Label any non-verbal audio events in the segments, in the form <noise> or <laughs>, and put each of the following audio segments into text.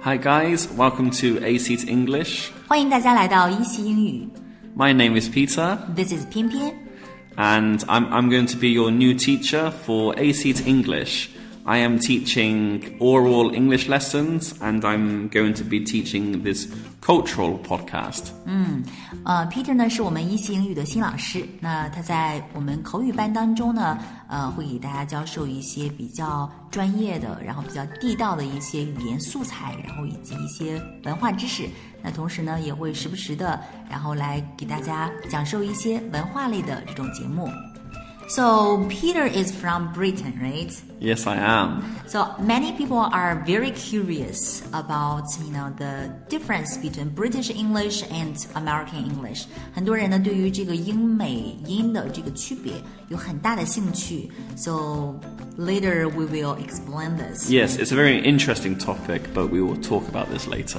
Hi, guys. Welcome to A Seat English. 欢迎大家来到一席英语 My name is Peter, ，This is 偏偏。 and I'm, I'm going to be your new teacher for A Seat English. I am teaching oral English lessons, and I'm going to be teaching this cultural podcast. 呃，Peter 呢是我们一席英语的新老师，那他在我们口语班当中呢，呃，会给大家教授一些比较专业的，然后比较地道的一些语言素材，然后以及一些文化知识。那同时呢，也会时不时的，然后来给大家讲授一些文化类的这种节目。So Peter is from Britain, right? Yes, I am. So many people are very curious about you know the difference between British English and American English。很多人呢对于这个英美音的这个区别有很大的兴趣。So later we will explain this。 Yes, it's a very interesting topic, but we will talk about this later.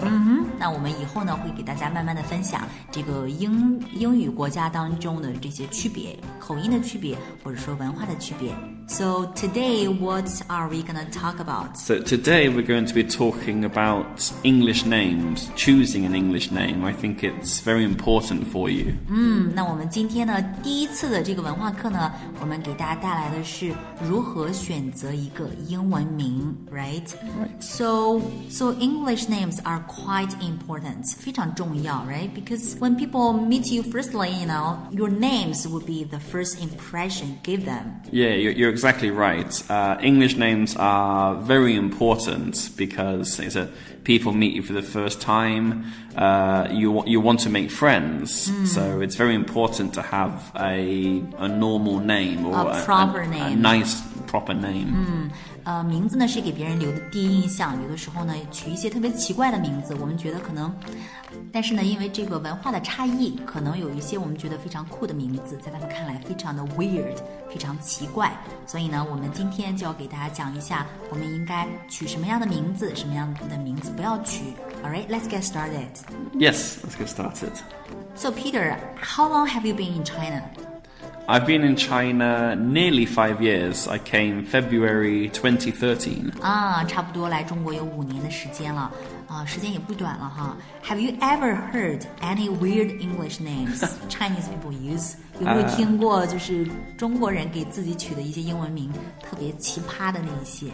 那我们以后呢会给大家慢慢的分享这个英英语国家当中的这些区别，口音的区别，或者说文化的区别。So today, what are we gonna talk about? So today we're going to be talking about English names, choosing an English name. I think it's very important for you. 嗯那我们今天呢，第一次的这个文化课呢，我们给大家带来的是如何选择一个英文名，right? So so English names are quite important，非常重要，right? Because when people meet you firstly, you know, your names would be the first impression give them. Yeah, you're, you're exactly right. Uh, English names are very important because it's a, people meet you for the first time. Uh, you wa- you want to make friends, Hmm. so it's very important to have a a normal name or A proper a, a name. Hmm. nice proper name. 呃，名字呢是给别人留的第一印象，有的时候呢取一些特别奇怪的名字，我们觉得可能，但是呢，因为这个文化的差异，可能有一些我们觉得非常酷的名字，在他们看来非常的 weird，非常奇怪。所以呢，我们今天就要给大家讲一下，我们应该取什么样的名字，什么样的名字不要取。All right, let's get started. Yes, let's get started. So Peter, how long have you been in China? I've been in China nearly five years. I came February 2013. 啊，差不多来中国有五年的时间了，啊，时间也不短了哈。Have you ever heard any weird English names Chinese people use？有没有听过就是中国人给自己取的一些英文名特别奇葩的那一些？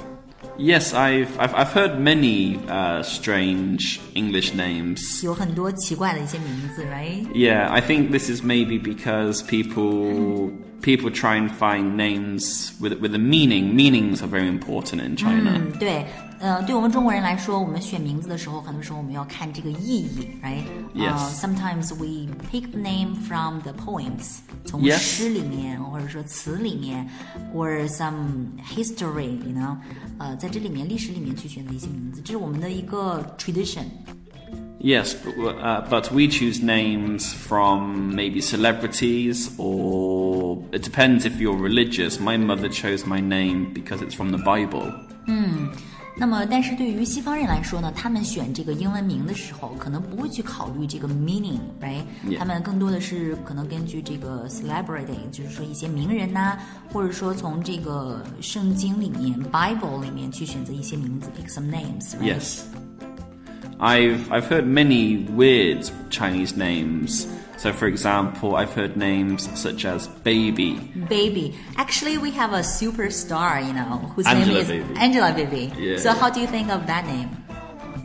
Yes, I've, I've, I've heard many uh, strange English names. 有很多奇怪的一些名字，right？ Yeah, I think this is maybe because people people try and find names with with a meaning. Meanings are very important in China. 嗯，对，呃，对我们中国人来说，我们选名字的时候，很多时候我们要看这个意义，right？呃 Yes. sometimes we pick the name from the poems，从 Yes. 诗里面或者说词里面，or some history，you know，呃，在这里面历史里面去选择一些名字，这是我们的一个 tradition。 Yes, but, uh, but we choose names from maybe celebrities or it depends if you're religious. My mother chose my name because it's from the Bible. 那么，但是对于西方人来说呢，他们选这个英文名的时候，可能不会去考虑这个 meaning，right？、 Yeah. 他们更多的是可能根据这个 celebrity，就是说一些名人呐、或者说从这个圣经里面 Bible 里面去选择一些名字，pick some names、right?。 Yes. I've I've heard many weird Chinese names. So for example, I've heard names such as baby. Baby, actually, we have a superstar, you know, whose Angela name is Baby. Angela Baby. Yeah. So, how do you think of that name?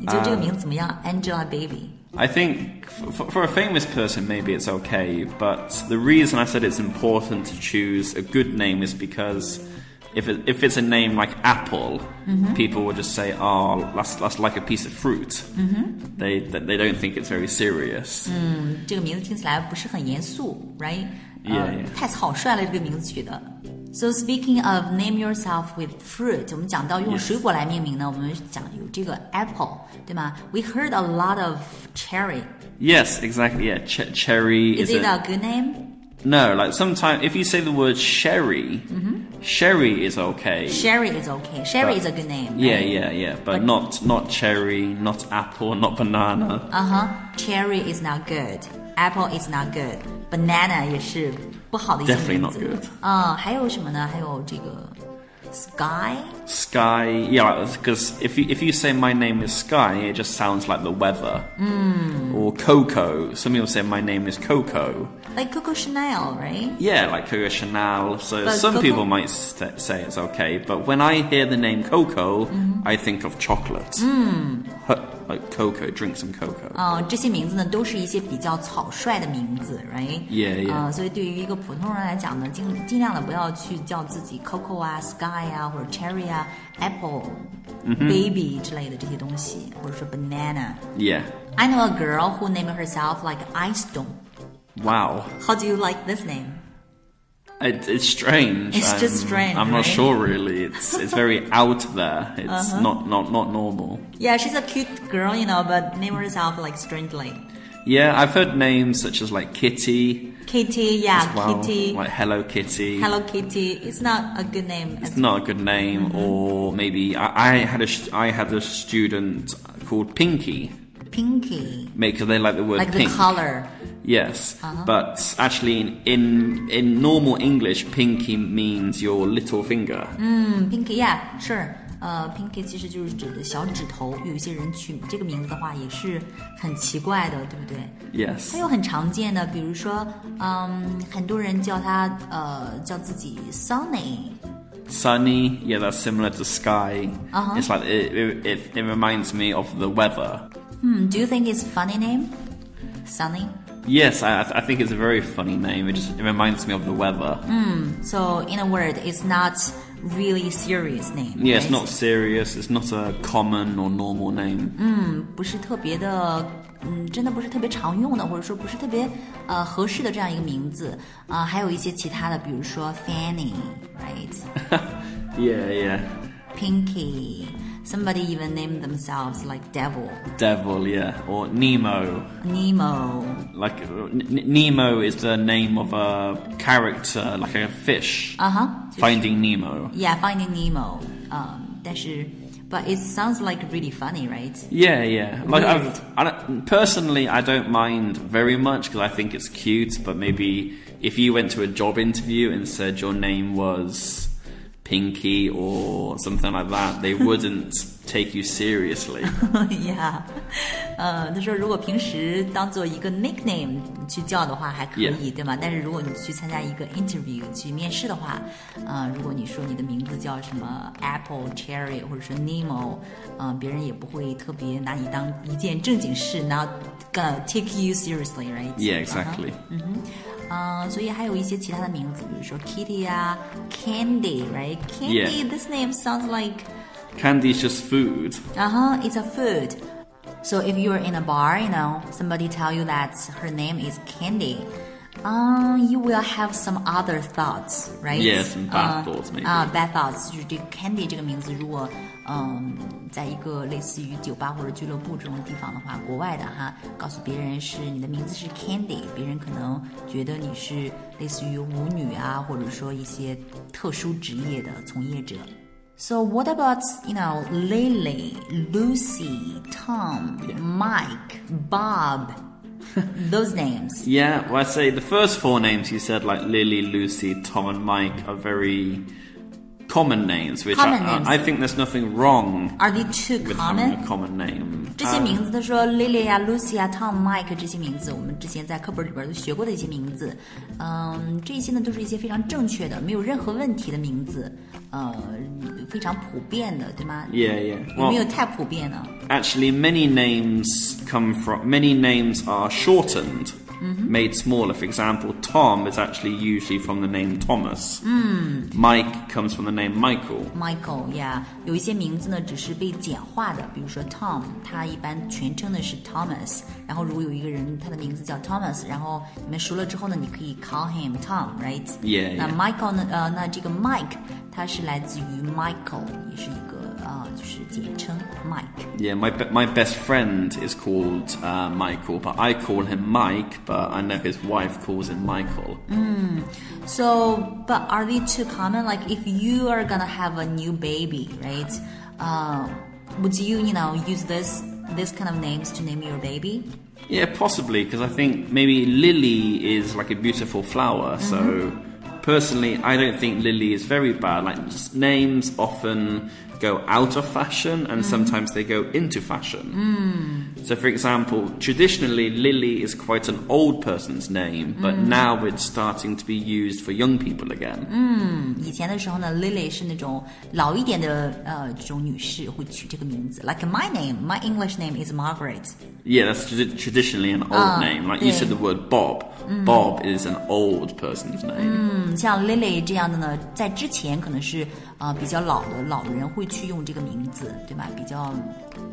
你觉得这个名字怎么样、a n g e l a Baby？ I think for, for a famous person maybe it's okay, but the reason I said it's important to choose a good name is because if it, if it's a name like apple, Mm-hmm. people will just say, "Oh, that's that's like a piece of fruit." Mm-hmm. They they don't think it's very serious. Mm. 这个名字听起来不是很严肃，right？呃 Yeah, yeah. 太草率了，这个名字取的。So speaking of name yourself with fruit，我们讲到用 Yes. 水果来命名呢，我们讲有这个 apple，对吗？We heard a lot of cherry. Yes, exactly. Yeah, Ch- cherry Is is it a- a good name? No, like sometimes if you say the word sherry, sherry is okay. Mm-hmm. Sherry is okay. Sherry is a good name. yeah, yeah, yeah, but not not cherry, not apple, not banana. Uh huh. Cherry is not good. Apple is not good. Banana 也是不好的一些 Definitely 名字 not good. 嗯，还有什么呢？还有这个 sky Sky, yeah, because if you, if you say my name is Sky, it just sounds like the weather. Mm. Hmm. Or Coco. Some people say my name is Coco. like Coco Chanel, right? Yeah, like Coco Chanel. So But some Coco- people might st- say it's okay, but when I hear the name Coco, Mm-hmm. I think of chocolate. Hmm. Mm. Like cocoa, drink some cocoa. 啊、这些名字呢都是一些比较草率的名字，right？ Yeah, yeah. 啊、所以对于一个普通人来讲呢，尽尽量的不要去叫自己 Coco 啊、Sky 啊，或者 Cherry 啊、Apple、Baby 之类的这些东西，或者说 Banana。 Yeah. I know a girl who named herself like Ice Dome. Wow. How do you like this name? It, it's strange. It's just I'm- strange, I'm not right? Uh-huh. sure really. It's it's very out there. It's not, not not normal. Yeah, she's a cute girl, you know, but named herself like strangely. Yeah, I've heard names such as like Kitty. Kitty, yeah, as well, Ah, Kitty. Like Hello Kitty. Hello Kitty. It's not a good name. It's not a good name, Mm-hmm. or maybe I, I had a sh- I had a student called Pinky Pinky. because they like the word Like pink. the color. Uh-huh. Yes, but actually in, in in normal English, Pinky means your little finger. 嗯，Pinky, yeah, sure. 呃、p i n k y 其实就是指的小指头。有一些人取这个名字的话，也是很奇怪的，对不对？还 Yes, 有很常见的，比如说，嗯，很多人叫他呃叫自己 Sunny， sunny. Yeah, that's similar to sky. Uh-huh. It's like it, it, it, it reminds me of the weather. 嗯，Do you think it's funny name? Sunny. Yes, I, I think it's a very funny name. It just it reminds me of the weather. So in a word, it's not really serious name. Yeah, it's right? not serious. It's not a common or normal name. 不是特别的，嗯，真的不是特别常用的，或者说不是特别呃合适的这样一个名字啊、还有一些其他的，比如说 Fanny，right，Pinky。 Yeah, yeah. Somebody even named themselves like Devil, Devil, yeah. Or Nemo. Nemo. Like, uh, N- N- Nemo is the name of a character, like a fish. 啊哈 Finding Nemo. Uh-huh. ，Yeah, Finding Nemo. 啊、但是，But it sounds like really funny, right? Yeah, yeah. Like, Weird. I've, I don't- personally, I don't mind very much because I think it's cute, but maybe if you went to a job interview and said your name was Pinky or something like that, they wouldn't take you seriously. <laughs> yeah，呃，他说如果平时当做一个 nickname 去叫的话还可以 Yeah. 对吗？但是如果你去参加一个 interview 去面试的话，呃，如果你说你的名字叫什么 Apple、Cherry 或者说 Nemo，嗯、呃，别人也不会特别拿你当一件正经事，not gonna take you seriously，right？ Yeah, 嗯哼 exactly. 嗯，所以还有一些其他的名字，比如说 Kitty 啊，Candy，right？Candy，this、name sounds like Candy's just food. Uh huh, it's a food. So if you're in a bar, you know, somebody tell you that her name is Candy, um, you will have some other thoughts, right? Yeah, some bad thoughts, maybe. 啊、b a d thoughts 就是这个 Candy 这个名字，如果嗯，在一个类似于酒吧或者俱乐部这种地方的话，国外的哈，告诉别人是你的名字是 Candy，别人可能觉得你是类似于舞女啊，或者说一些特殊职业的从业者。So what about you know Lily, Lucy, Tom, Mike, Bob, <laughs> those names? Yeah, well, I'd say the first four names you said, like Lily, Lucy, Tom, and Mike, are very common names, which Common I, names. I think there's nothing wrong Are they too with common? having a common name. Um, 这些名字，他说 Lily 啊、Lucy 啊、Tom、Mike 这些名字，我们之前在课本里边都学过的一些名字。嗯，这些呢都是一些非常正确的、没有任何问题的名字，呃，非常普遍的，对吗？ Yeah, yeah. 有没有 Well, 太普遍啊呢？ actually, many names come from many names are shortened, Mm-hmm. made smaller. For example, Tom is actually usually from the name Thomas. Hmm. Mike comes from the name Michael. Michael 呀、有一些名字呢只是被简化的，比如说 Tom，他一般全称的是 Thomas。然后如果有一个人他的名字叫 Thomas，然后你们熟了之后呢，你可以 call him Tom，right？ Yeah, 那 yeah. Michael 呢？呃，那这个 Mike 它是来自于 Michael，也是一个啊、呃就是简称 Mike。 Yeah, my be- my best friend is called uh, Michael, but I call him Mike. But I know his wife calls him Michael. So, but are they too common? Like, if you are gonna have a new baby, right? Uh, would you, you know, use this this kind of names to name your baby? Yeah, possibly because I think maybe Lily is like a beautiful flower, so personally, I don't think Lily is very bad. Like s- names often go out of fashion, and sometimes they go into fashion. So, for example, traditionally Lily is quite an old person's name, but now it's starting to be used for young people again. 以前的时候呢，Lily 是那种老一点的呃这种女士会取这个名字，like my name, my English name is Margaret。 Yeah, that's tradi- traditionally an old Ah, name. Like you yeah. Mm-hmm. said, the word Bob. Bob is an old person's name. 嗯，像 Lily 这样的呢，在之前可能是呃比较老的老人会去用这个名字，对吧？比较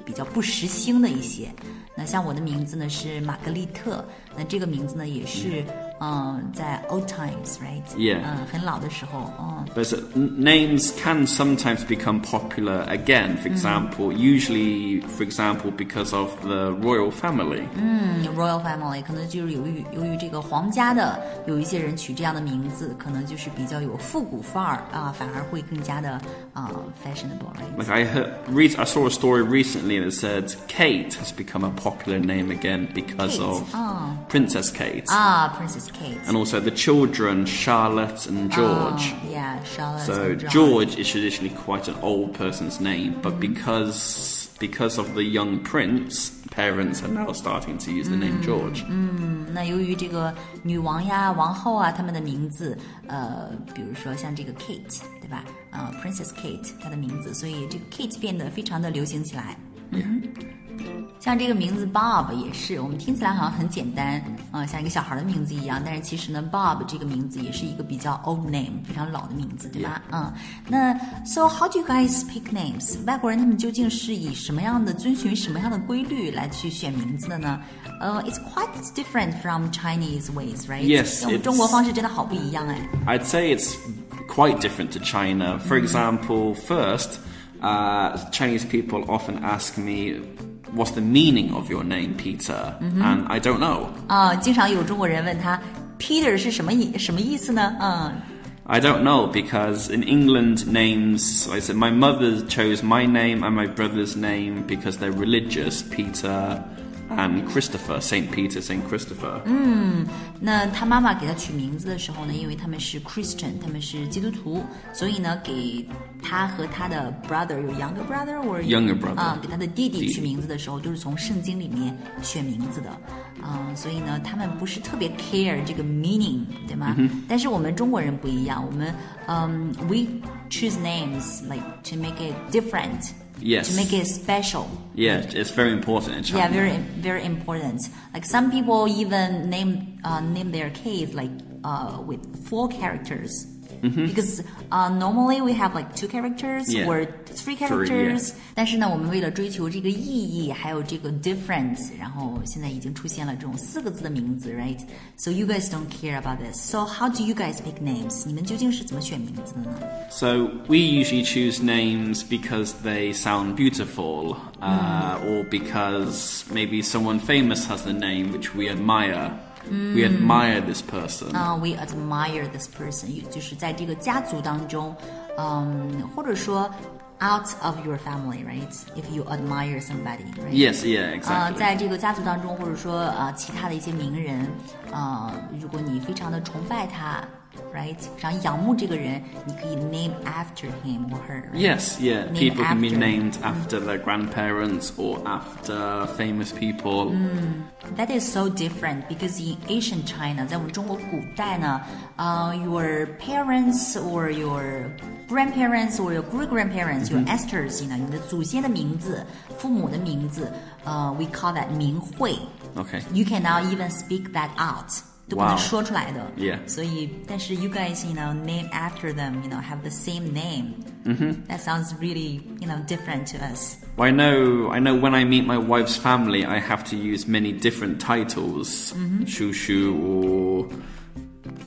比较不时兴的一些。那像我的名字呢是玛格丽特，那这个名字呢也是嗯、在 old times，right？ Yeah 嗯、很老的时候，嗯。 But so- n- names can sometimes become popular again. Mm-hmm. For example, usually, for example, because of the royal family. Mm-hmm. royal family 可能就是由于由于这个皇家的有一些人取这样的名字，可能就是比较有复古范儿啊，反而会更加的啊、fashionable。 Like I heard, re- I saw a story recently that said Kate has become a popular name again because Kate, of ah. Princess Kate, 啊，Princess Kate， and also the children Charlotte Ah. and George. 啊 yeah，Charlotte， So and George is traditionally quite an old person's name, but because because of the young prince, parents are now starting to use the name George. 那由于这个女王呀、王后啊，她们的名字，呃，比如说像这个 Kate，对吧？啊、p r i n c e s s Kate，她的名字，所以这个 Kate 变得非常的流行起来。嗯哼，像这个名字 Bob 也是，我们听起来好像很简单，啊、像一个小孩的名字一样，但是其实呢，Bob 这个名字也是一个比较 old name，非常老的名字，对吧？嗯，那 So how do you guys pick names？外国人他们究竟是以什么样的遵循什么样的规律来去选名字的呢？呃、i t s quite different from Chinese ways, right？ Yes, 因为我们 it's- 中国方式真的好不一样哎。 I'd say it's quite different to China. For example, first, uh, Chinese people often ask me, "What's the meaning of your name, Peter?" And I don't know. 啊、经常有中国人问他 Peter 是什么意什么意思呢？嗯。 I don't know because in England, names. Like I said my mother chose my name and my brother's name because they're religious. Peter and Christopher, Saint Peter, Saint Christopher. 那他妈妈给他取名字的时候呢，因为他们是 Christian，他们是基督徒，所以呢，给他和他的 brother 有 younger brother 或者 Younger brother 啊、给他的弟弟弟取名字的时候，都是从圣经里面选名字的，啊、所以呢，他们不是特别 care 这个 meaning，对吗？嗯但是我们中国人不一样，我们嗯、w e choose names like to make it different。 Yes. To make it special. Yeah, it's very important in China. Yeah, very very important. Like some people even name uh, name their kids like uh, with four characters. Because uh, normally we have like two characters Mm-hmm. Yeah. or three yeah. characters，、但是呢，我们为了追求这个意义，还有这个 difference，然后现在已经出现了这种四个字的名字，right？So you guys don't care about this. So how do you guys pick names？你们究竟是怎么选名字的呢？ So we usually choose names because they sound beautiful, uh, or because maybe someone famous has the name which we admire. We admire this person. 啊、w e admire this person，也就是在这个家族当中，嗯，或者说 out of your family，right？If you admire somebody，right？ Yes, yeah, 呃， exactly. 在这个家族当中，或者说呃其他的一些名人，呃，如果你非常的崇拜他，right，非常仰慕这个人，你可以 name after him or her，right？ Yes, yeah. Named people can be after. named after their grandparents or after famous people. Mm. That is so different because in ancient China，在我们中国古代呢，呃、y o u r parents or your grandparents or your great grandparents, Mm-hmm. your ancestors，呢，你的祖先的名字、父母的名字，呃、w e call that 名讳。 Okay. You can now even speak that out，都不能 Wow. 说出来的。 Yeah. 所以，但是 you guys, you know, name after them, you know, have the same name. Mm-hmm. That sounds really, you know, different to us. Well, I know. I know. When I meet my wife's family, I have to use many different titles, Mm-hmm. Shushu or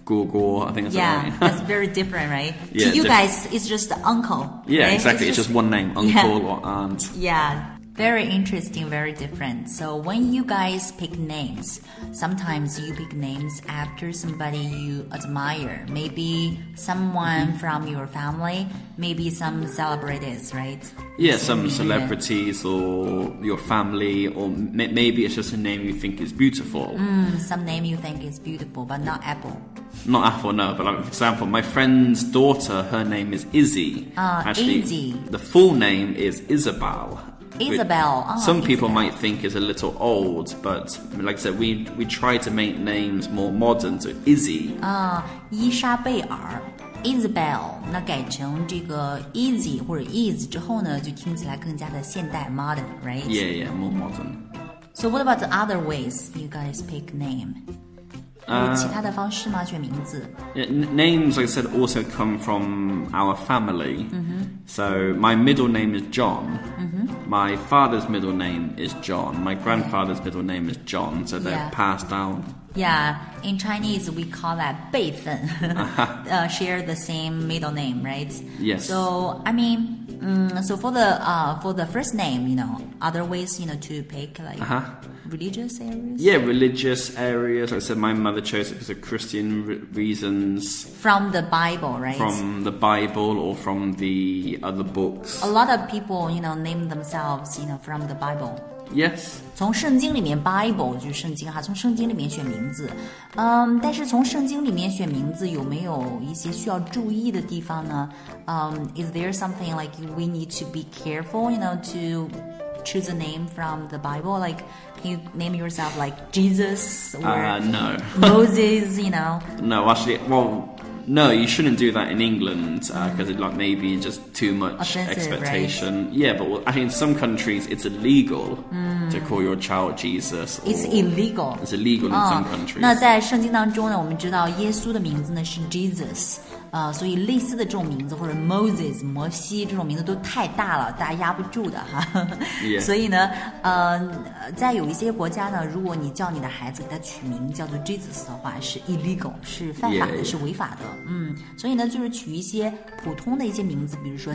Gogo. I think that's Yeah, right. <laughs> that's very different, right? Yeah, to you diff- guys, it's just the uncle. <laughs> yeah, right? exactly. It's just, one name, uncle Yeah. or aunt. Yeah, Very interesting, very different. So when you guys pick names, sometimes you pick names after somebody you admire. Maybe Mm-hmm. someone from your family, maybe some celebrities, right? Yeah, some celebrities or your family, or may- maybe it's just a name you think is beautiful. Mm, some name you think is beautiful, but not apple. Not Apple, no, but like, for example, my friend's daughter, her name is Izzy. Ah, Actually, Izzy. the full name is Isabel. which Isabel, ah, some people Isabel. might think is a little old, but like I said, we we try to make names more modern. So Izzy, 啊、伊莎贝尔 Isabel，那改成这个 easy 或者 is 之后呢，就听起来更加的现代 modern，right？ yeah, yeah, more modern. So what about the other ways you guys pick name？有其他的方式吗？选名字 Yeah, n- names, like I said, also come from our family. Mm-hmm. So my middle name is John. My father's middle name is John. My grandfather's middle name is John. So they're Yeah. passed down. ？Yeah，in Chinese we call that 辈分。 <laughs> 呃、share the same middle name, right? Yes. So I mean, um, so for the uh for the first name, you know, other ways you know to pick like Uh-huh. religious areas Yeah, religious areas. Like I said, my mother chose it because of Christian re- reasons from the Bible, right? from the Bible or from the other books. A lot of people, you know, name themselves, you know, from the Bible. Yes. 从圣经里面 Bible 就是圣经哈，从圣经里面选名字。嗯，但是从圣经里面选名字有没有一些需要注意的地方呢？嗯、i s there something like we need to be careful, you know, to choose a name from the Bible? Like, can you name yourself like Jesus Uh, or no. Moses? You know? No, actually, well, no, you shouldn't do that in England because it like maybe just too much Offensive, expectation. Yeah, but well, I think in some countries it's illegal to call your child Jesus. Or Hmm. It's illegal. Oh. It's illegal in 啊 some，countries. 那在圣经当中呢，我们知道耶稣的名字呢是 Jesus，呃，所以类似的这种名字或者 Moses 摩西这种名字都太大了，大家压不住的哈。 Yeah. <laughs> 所以呢，呃，在有一些国家呢，如果你叫你的孩子给他取名叫做 Jesus 的话，是 illegal，是犯法的 Yeah, yeah. 是违法的。嗯，所以呢，就是取一些普通的一些名字，比如嗯说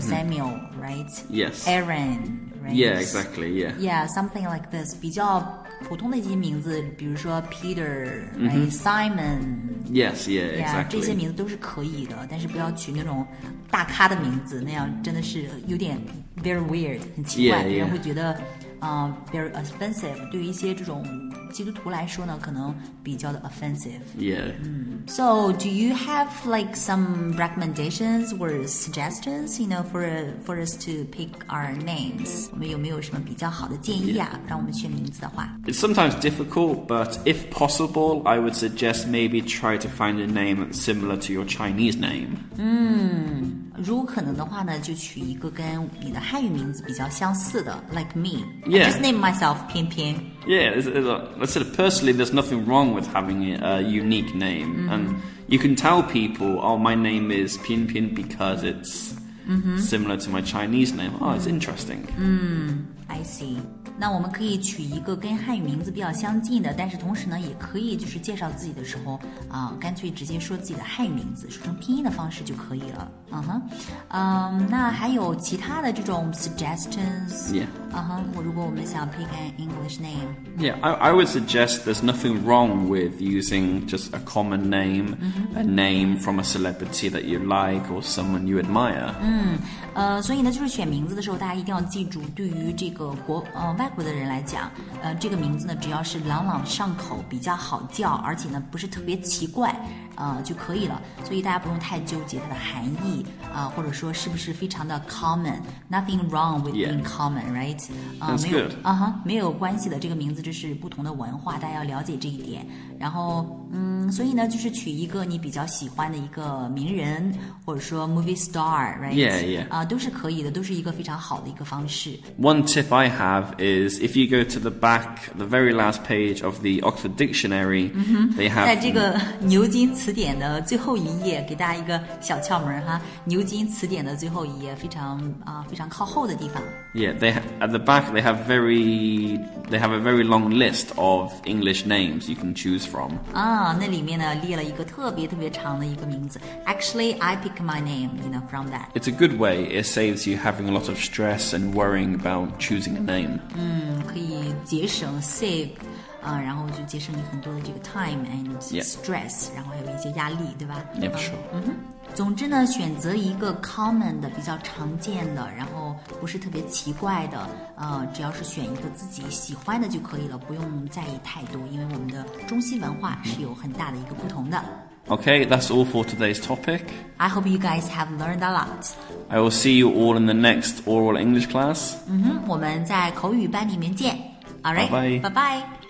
Yes. Samuel，right？Aaron，right？ yeah, exactly. Yeah. Yeah, something like this，比较普通的一些名字，比如说 Peter、right, Simon， Yes. Yeah. yeah, 这些 Exactly. 名字都是可以的，但是不要取那种大咖的名字，那样真的是有点 very weird，很奇怪 Yeah, 别人 yeah. 会觉得，呃、v e r y offensive。对于一些这种基督徒来说呢，可能比较的 offensive。 Yeah. So, do you have like some recommendations or suggestions, you know, for for us to pick our names? 我们有没有什么比较好的建议啊？让我们选名字的话 It's sometimes difficult, but if possible, I would suggest maybe try to find a name that's similar to your Chinese name. 如果可能的话呢，就取一个跟你的汉语名字比较相似的，like me. I Yeah. just name myself 偏偏。 Yeah, there's, there's a, I said personally, there's nothing wrong with having a, a unique name, and you can tell people, "Oh, my name is Pian Pian because it's similar to my Chinese name." Oh, it's interesting. I see。那我们可以取一个跟汉语名字比较相近的，但是同时呢，也可以就是介绍自己的时候啊、干脆直接说自己的汉语名字，说成拼音的方式就可以了。嗯哼，嗯，那还有其他的这种 suggestions？ Yeah. 嗯哼，我如果我们想 pick an English name， Yeah, I, I would suggest there's nothing wrong with using just a common name, a name from a celebrity that you like or someone you admire. 呃，所以呢，就是选名字的时候，大家一定要记住，对于这个国呃外国的人来讲，呃，这个名字呢，只要是朗朗上口，比较好叫，而且呢不是特别奇怪，呃就可以了。所以大家不用太纠结它的含义啊、或者说是不是非常的 common，nothing wrong with Yeah. being common，right？啊、 That's 没有 good. 啊哈，没有关系的，这个名字这是不同的文化，大家要了解这一点。然后，嗯，所以呢，就是取一个你比较喜欢的一个名人，或者说 movie star，right？ Yeah, yeah. 啊、都是可以的，都是一个非常好的一个方式。 One tip I have is if you go to the back, the very last page of the Oxford Dictionary, they 在 have 这个 <laughs> 牛津词典的最后一页，给大家一个小窍门儿哈。牛津词典的最后一页，非常啊、非常靠后的地方。 yeah, they ha- at the back they have very they have a very long list of English names you can choose from. 啊，那里面呢列了一个特别特别长的一个名字。Actually, I pick my name, you know, from that. It's a good way. It saves you having a lot of stress and worrying about choosing a name. 嗯，可以节省 save，啊、然后就节省你很多的这个 time and Yeah. stress，、然后还有一些压力，对吧 Yeah, for 嗯 sure. 总之呢，选择一个 common 的、比较常见的，然后不是特别奇怪的，呃，只要是选一个自己喜欢的就可以了，不用在意太多，因为我们的中西文化是有很大的一个不同的。 Okay, that's all for today's topic. I hope you guys have learned a lot。 I will see you all in the next oral English class. 嗯哼，我们在口语班里面见。All right，拜拜拜拜。